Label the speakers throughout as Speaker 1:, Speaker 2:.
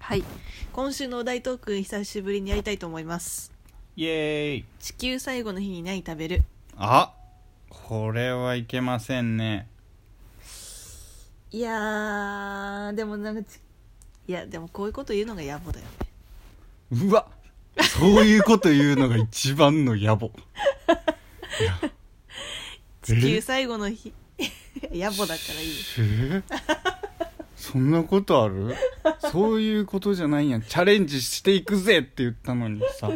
Speaker 1: はい今週のお題トーク久しぶりにやりたいと思います
Speaker 2: イエーイ
Speaker 1: 地球最後の日に何食べる
Speaker 2: あこれはいけませんね
Speaker 1: いやーでもなんかちいやでもこういうこと言うのが野暮だよね
Speaker 2: うわそういうこと言うのが一番の野暮いや
Speaker 1: 地球
Speaker 2: え
Speaker 1: 最後の日 野暮だからいいよ
Speaker 2: えそんなことあるそういうことじゃないやんチャレンジしていくぜって言ったのにさ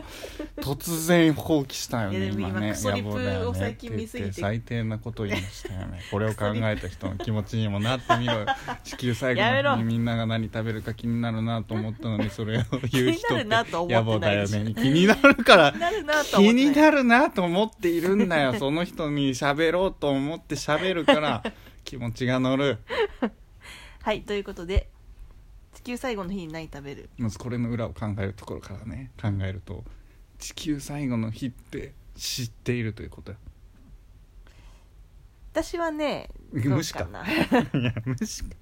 Speaker 2: 突然放棄した
Speaker 1: い
Speaker 2: よね
Speaker 1: やでも
Speaker 2: 今ね
Speaker 1: 今クソリプを
Speaker 2: 野暮だよね
Speaker 1: 最近見すぎて
Speaker 2: って言って最低なこと言いました よねこれを考えた人の気持ちにもなってみろよ地球最後
Speaker 1: やめ
Speaker 2: の
Speaker 1: ろ
Speaker 2: 日にみんなが何食べるか気になるなと思ったのにそれを言う人っ
Speaker 1: 気
Speaker 2: て
Speaker 1: になるなと思
Speaker 2: 野
Speaker 1: って
Speaker 2: 暮
Speaker 1: な
Speaker 2: だ
Speaker 1: いで
Speaker 2: よ
Speaker 1: しょ
Speaker 2: ね気になるから
Speaker 1: なるなとは思って
Speaker 2: 気に
Speaker 1: ない
Speaker 2: なるなと思っているんだよその人に喋ろうと思って喋 るから気持ちが乗る
Speaker 1: はいということで地球最後の日に何食べる
Speaker 2: まずこれの裏を考えるところからね考えると地球最後の日って知っているということよ
Speaker 1: 私はねどう
Speaker 2: 無視か
Speaker 1: ない
Speaker 2: や無視か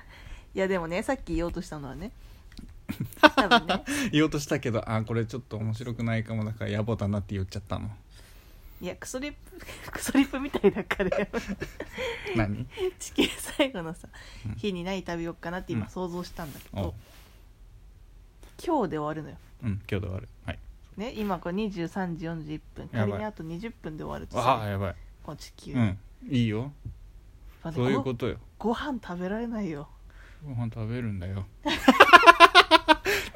Speaker 1: やでもねさっき言おうとしたのはね多分 ね
Speaker 2: 言おうとしたけどあこれちょっと面白くないかもだから野暮だなって言っちゃったの
Speaker 1: いやクソリップ クソリップみたいだからやめて
Speaker 2: 何
Speaker 1: 地球最後のさ
Speaker 2: うん
Speaker 1: 日に何食べようかなって
Speaker 2: う
Speaker 1: 今
Speaker 2: ん
Speaker 1: 想像したんだけど、
Speaker 2: お
Speaker 1: 今日で終わるのよ、
Speaker 2: うん今日で終わるはい
Speaker 1: ね、今これ23時41分
Speaker 2: やばい
Speaker 1: 仮にあと20分で終わると
Speaker 2: ああ
Speaker 1: さ
Speaker 2: やばい
Speaker 1: この地球、
Speaker 2: うんいいよ
Speaker 1: まあね
Speaker 2: そういう
Speaker 1: ご
Speaker 2: ことよ
Speaker 1: ご飯食べられないよ
Speaker 2: ご飯食べるんだよ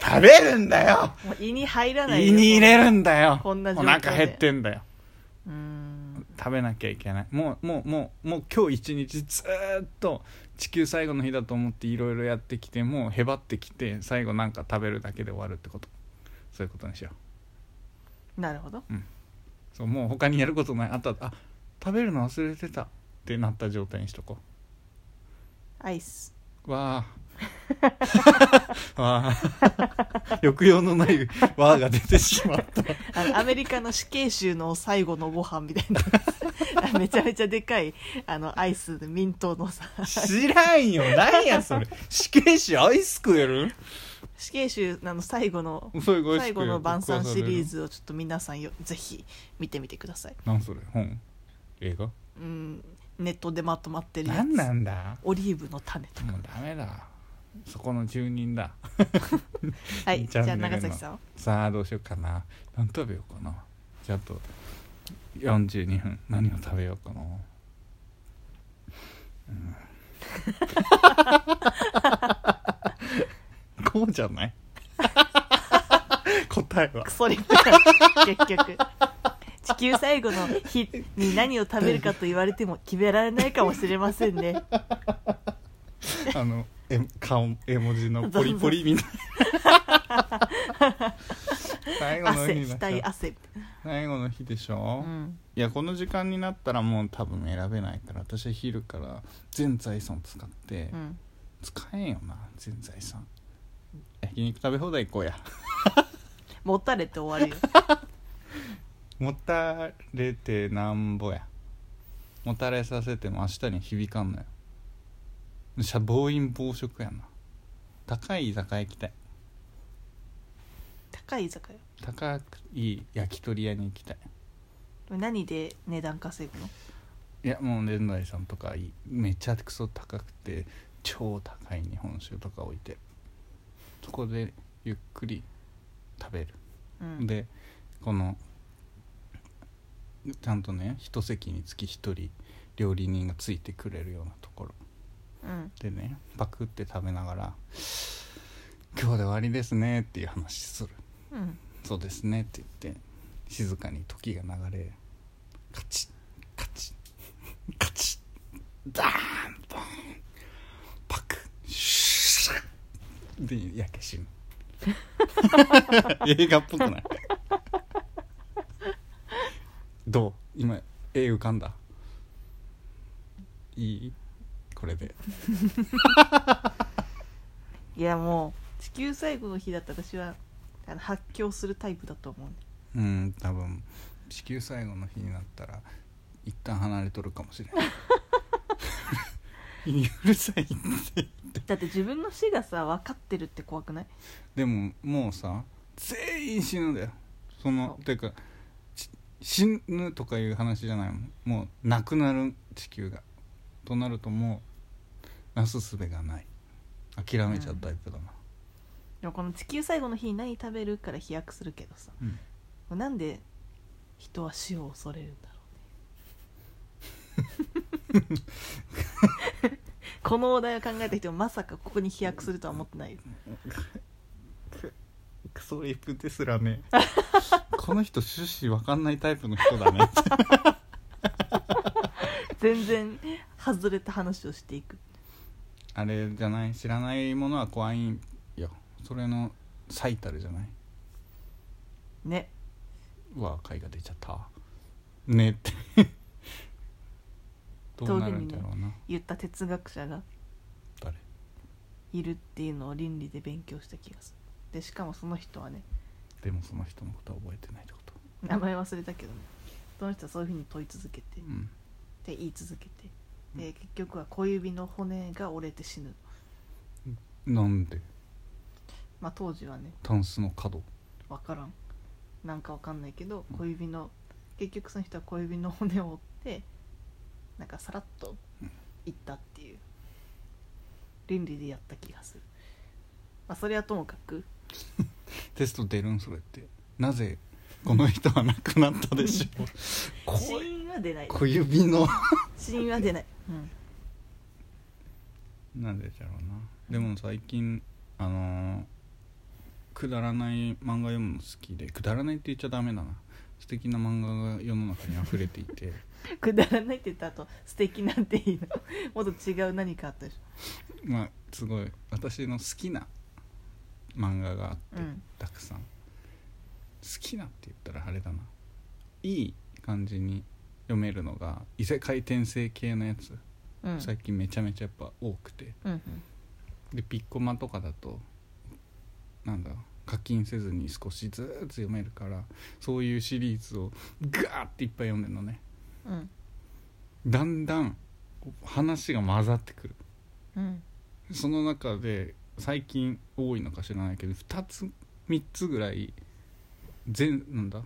Speaker 2: 食べるんだよ
Speaker 1: もう胃に入らないよ
Speaker 2: 胃に入れるんだよ
Speaker 1: こんな
Speaker 2: お
Speaker 1: 状態で
Speaker 2: 腹減ってんだよ
Speaker 1: うーん
Speaker 2: 食べなきゃいけないもうもうもうもう今日一日ずーっと地球最後の日だと思っていろいろやってきてもうへばってきて最後なんか食べるだけで終わるってことそういうことにしよ
Speaker 1: なるほど
Speaker 2: うそうもう他にやることないあとはあ食べるの忘れてたってなった状態にしとこ
Speaker 1: アイス
Speaker 2: うわ あわあ 抑揚のないわあが出てしまった
Speaker 1: あのアメリカの死刑囚の最後のご飯みたい なめちゃめちゃでかいあのアイスでミントのさ
Speaker 2: 知らんよなんやそれ死刑囚アイス食える
Speaker 1: 死刑囚あの最後の
Speaker 2: そういうご
Speaker 1: 最後の晩餐シリーズをちょっと皆さんよぜひ見てみてください
Speaker 2: なんそれ本映画
Speaker 1: うんネットでまとまってるや
Speaker 2: なんな
Speaker 1: つ
Speaker 2: んだ
Speaker 1: オリーブの種とか
Speaker 2: もうダメだそこの住人だ
Speaker 1: はいじ
Speaker 2: チ
Speaker 1: ゃ
Speaker 2: ャン
Speaker 1: あ
Speaker 2: ネルの
Speaker 1: 長崎さん
Speaker 2: さあどうしようかな何食べようかなじゃああと42分何を食べようかな、うん、こうじゃない 答えは
Speaker 1: クソリップ結局地球最後の日に何を食べるかと言われても決められないかもしれませんね
Speaker 2: あの絵顔絵文字のポリポリみたい な最後の日
Speaker 1: 汗
Speaker 2: になっちゃう
Speaker 1: 額汗、
Speaker 2: 最後の日でし
Speaker 1: う
Speaker 2: ょ、
Speaker 1: ん、
Speaker 2: いやこの時間になったらもう多分選べないから私は昼から全財産使って、
Speaker 1: うん、
Speaker 2: 使えんよな全財産焼肉食べ放題行こうや
Speaker 1: もたれて終わるよ
Speaker 2: もたれてなんぼやもたれさせても明日に響かんのよしゃ暴飲暴食やな高い居酒屋行きたい
Speaker 1: 高い居酒屋
Speaker 2: 高い焼き鳥屋に行きたい
Speaker 1: 何で値段稼ぐの
Speaker 2: いやもう連大さんとかいいめちゃくそ高くて超高い日本酒とか置いてるそこでゆっくり食べる、
Speaker 1: うん
Speaker 2: でこのちゃんとね一席につき一人料理人がついてくれるようなところ
Speaker 1: うん
Speaker 2: でねパクって食べながら「今日で終わりですね」っていう話する
Speaker 1: うん
Speaker 2: 「そうですね」って言って静かに時が流れカチッカチッカチッダーンボンパクシュッで焼け死ぬ映画っぽくないどう今絵浮かんだいいこれで
Speaker 1: いやもう地球最後の日だったら私はあの発狂するタイプだと思う
Speaker 2: うん多分地球最後の日になったら一旦離れとるかもしれないうるさいって
Speaker 1: だって自分の死がさ分かってるって怖くない
Speaker 2: でももうさ全員死ぬんだよその
Speaker 1: そう
Speaker 2: ていうかし死ぬとかいう話じゃないもんもうなくなる地球がとなるともうなすすべがない諦めちゃうタイプだな、
Speaker 1: でもこの「地球最後の日何食べる?」から飛躍するけどさ
Speaker 2: うん
Speaker 1: なんで人は死を恐れるんだろうね このお題を考えた人もまさかここに飛躍するとは思ってないよ
Speaker 2: クソリプですらね この人趣旨わかんないタイプの人だね
Speaker 1: 全然外れた話をしていく
Speaker 2: あれじゃない知らないものは怖いんよそれの最たるじゃない
Speaker 1: ね
Speaker 2: うわ貝が出ちゃったねってどうなるんだろうな
Speaker 1: 言った哲学者が
Speaker 2: 誰
Speaker 1: いるっていうのを倫理で勉強した気がするでしかもその人はね
Speaker 2: でもその人のことは覚えてないってこと
Speaker 1: 名前忘れたけどねその人はそういうふうに問い続けて
Speaker 2: うん
Speaker 1: で言い続けてで結局は小指の骨が折れて死ぬ
Speaker 2: なんで
Speaker 1: まあ当時はね
Speaker 2: タンスの角
Speaker 1: 分からんなんか分かんないけど小指の結局その人は小指の骨を折ってなんかさらっと行ったっていう倫理でやった気がするまあそれはともかく
Speaker 2: テスト出るんそれってなぜこの人は亡くなったでしょうこ
Speaker 1: 死因は出ない
Speaker 2: 小指の
Speaker 1: 死因は出ない、うん、
Speaker 2: なんでだろうなでも最近あのーくだらない漫画読むの好きでくだらないって言っちゃダメだな素敵な漫画が世の中に溢れていて
Speaker 1: くだらないって言った後素敵なんていいの もっと違う何かあったでし
Speaker 2: まあすごい私の好きな漫画があって、
Speaker 1: うん
Speaker 2: たくさん好きなって言ったらあれだないい感じに読めるのが異世界転生系のやつ、
Speaker 1: ょ、うん
Speaker 2: 最近めちゃめちゃやっぱ多くて
Speaker 1: うん
Speaker 2: でピッコマとかだとなんだ課金せずに少しずつ読めるからそういうシリーズをガーっていっぱい読んでるのね
Speaker 1: うんうん
Speaker 2: だんだんこう話が混ざってくる
Speaker 1: うん
Speaker 2: その中で最近多いのか知らないけど2つ3つぐらい全なんだ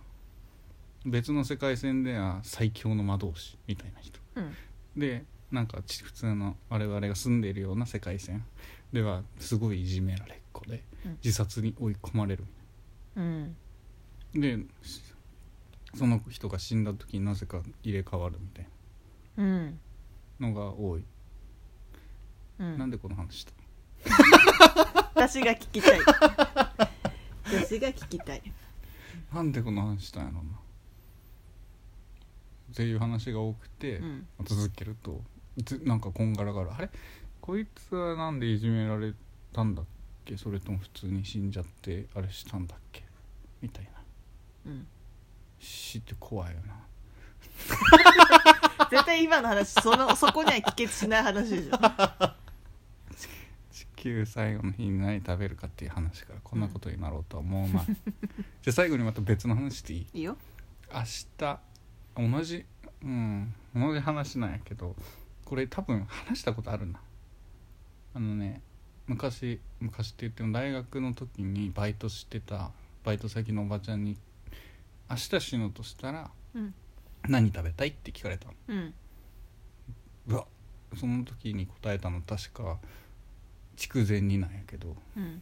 Speaker 2: 別の世界線では最強の魔導士みたいな人
Speaker 1: うん
Speaker 2: でなんかち普通の我々が住んでいるような世界線ではすごいいじめられっ子で
Speaker 1: うん
Speaker 2: 自殺に追い込まれる
Speaker 1: うん
Speaker 2: でしその人が死んだ時になぜか入れ替わるみたい
Speaker 1: うん
Speaker 2: なのが多い、
Speaker 1: うん
Speaker 2: なんでこの話した
Speaker 1: 私が聞きたい私が聞きたい
Speaker 2: なんでこの話したんやろうなっていう話が多くて、
Speaker 1: うん
Speaker 2: 続けるとずなんかこんがらがるあれこいつはなんでいじめられたんだっけそれとも普通に死んじゃってあれしたんだっけみたいな
Speaker 1: うん
Speaker 2: 死って怖いよな
Speaker 1: 絶対今の話そのそこには帰結しない話でしょ
Speaker 2: 地球最後の日に何食べるかっていう話からこんなことになろうとは思う まい、じゃあ最後にまた別の話でいい
Speaker 1: いいよ
Speaker 2: 明日同じうん同じ話なんやけどこれ多分話したことあるなあのね昔昔って言っても大学の時にバイトしてたバイト先のおばちゃんに「明日死ぬとしたら
Speaker 1: うん
Speaker 2: 何食べたい?」って聞かれたの
Speaker 1: うん
Speaker 2: うわその時に答えたの確か筑前煮なんやけど
Speaker 1: うん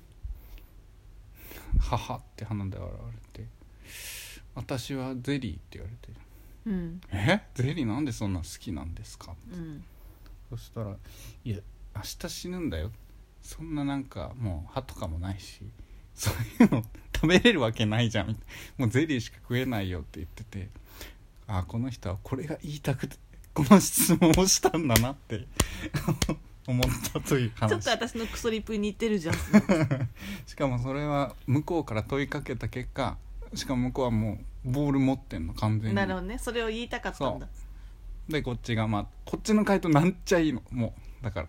Speaker 2: 「母」って鼻で笑われて「私はゼリー」って言われて
Speaker 1: うん
Speaker 2: 「えゼリーなんでそんな好きなんですか?」
Speaker 1: うん
Speaker 2: そしたら「いや明日死ぬんだよそんななんかもう歯とかもないしそういうの食べれるわけないじゃん」みたいなもうゼリーしか食えないよ」って言っててああこの人はこれが言いたくてこの質問をしたんだなって思ったという
Speaker 1: ちょっ
Speaker 2: 話
Speaker 1: と私のクソリプに似てるじゃん
Speaker 2: しかもそれは向こうから問いかけた結果しかも向こうはもうボール持ってんの完全に
Speaker 1: なるほどねそれを言いたかったんだ
Speaker 2: でこっちがまあこっちの回答なんちゃいいのもうだから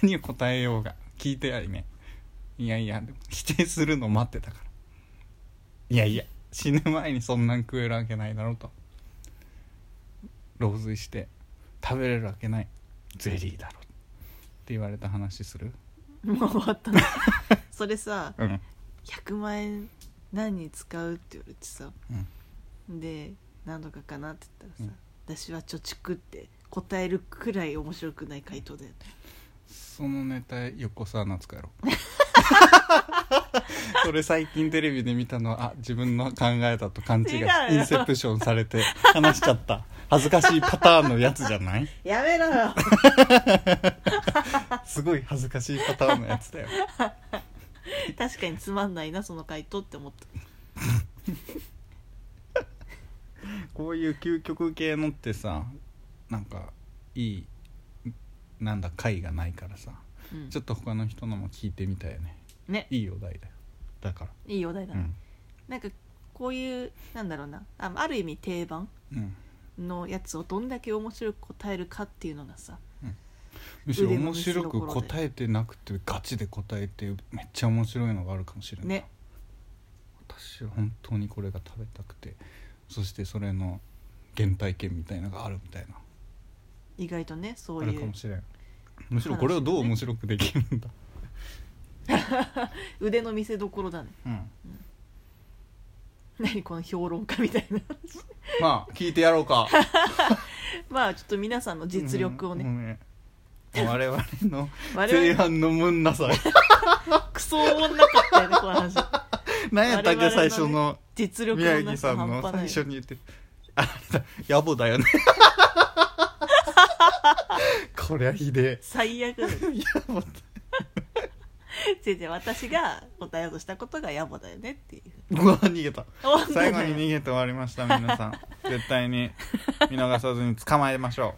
Speaker 2: 何を答えようが聞いてやりねいやいやでも否定するの待ってたからいやいや死ぬ前にそんなん食えるわけないだろうと老衰して食べれるわけないゼリーだろう言われた話する
Speaker 1: もう終わった のそれさ
Speaker 2: うん
Speaker 1: 100万円何に使うって言われてさ
Speaker 2: うん
Speaker 1: で何とかかなって言ったらさ、私は貯蓄って答えるくらい面白くない回答だよね
Speaker 2: そのネタ横澤夏子やろ それ最近テレビで見たのはあ自分の考えだと勘違い
Speaker 1: 違うよ
Speaker 2: インセプションされて話しちゃった恥ずかしいパターンのやつじゃない
Speaker 1: やめろよ
Speaker 2: すごい恥ずかしいパターンのやつだよ
Speaker 1: 確かにつまんないなその回答って思った
Speaker 2: こういう究極系のってさなんかいいなんだ回がないからさ
Speaker 1: うん
Speaker 2: ちょっと他の人のも聞いてみたいよね
Speaker 1: ね
Speaker 2: いいお題だよだから
Speaker 1: いいお題だ
Speaker 2: う
Speaker 1: ね、
Speaker 2: ん
Speaker 1: なんかこういうなんだろうなあある意味定番
Speaker 2: うん
Speaker 1: のやつをどんだけ面白く答えるかっていうのがさ
Speaker 2: むしろ
Speaker 1: 腕の
Speaker 2: 面
Speaker 1: 見せ
Speaker 2: 白
Speaker 1: 所で
Speaker 2: く答えてなくてガチで答えてめっちゃ面白いのがあるかもしれない、
Speaker 1: ね
Speaker 2: 私は本当にこれが食べたくてそしてそれの原体験みたいなのがあるみたいな
Speaker 1: 意外とねそ
Speaker 2: あ
Speaker 1: う
Speaker 2: る
Speaker 1: い
Speaker 2: か
Speaker 1: う
Speaker 2: もしれんむしろこれをどう面白くできるんだ、
Speaker 1: 腕の見せどころだね
Speaker 2: うん、
Speaker 1: 何この評論家みたいな
Speaker 2: まあ聞いてやろうか
Speaker 1: まあちょっと皆さんの実力をね、
Speaker 2: うんうん我々の
Speaker 1: 我
Speaker 2: 前
Speaker 1: 々
Speaker 2: 半のむんなさい
Speaker 1: クソおもんなかったよねこの 話
Speaker 2: 何やった
Speaker 1: 我
Speaker 2: っ
Speaker 1: 々
Speaker 2: け
Speaker 1: の
Speaker 2: 最
Speaker 1: ね
Speaker 2: 初の
Speaker 1: 実力
Speaker 2: 宮
Speaker 1: の
Speaker 2: 城
Speaker 1: な
Speaker 2: さ
Speaker 1: さ
Speaker 2: んの
Speaker 1: 半
Speaker 2: 最
Speaker 1: 端
Speaker 2: 初
Speaker 1: ない
Speaker 2: に言ってあ野暮だ よねこりゃひで
Speaker 1: 最悪だよ
Speaker 2: え野暮だ
Speaker 1: 違う違う私が答えようとしたことが野暮だよねっていう
Speaker 2: うわ逃げた最後に
Speaker 1: ね
Speaker 2: 逃げて終わりました皆さん絶対に見逃さずに捕まえましょ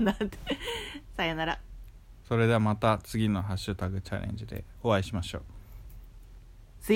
Speaker 2: う
Speaker 1: なんてさよなら
Speaker 2: それではまた次の「ハッシュタグチャレンジ」でお会いしましょう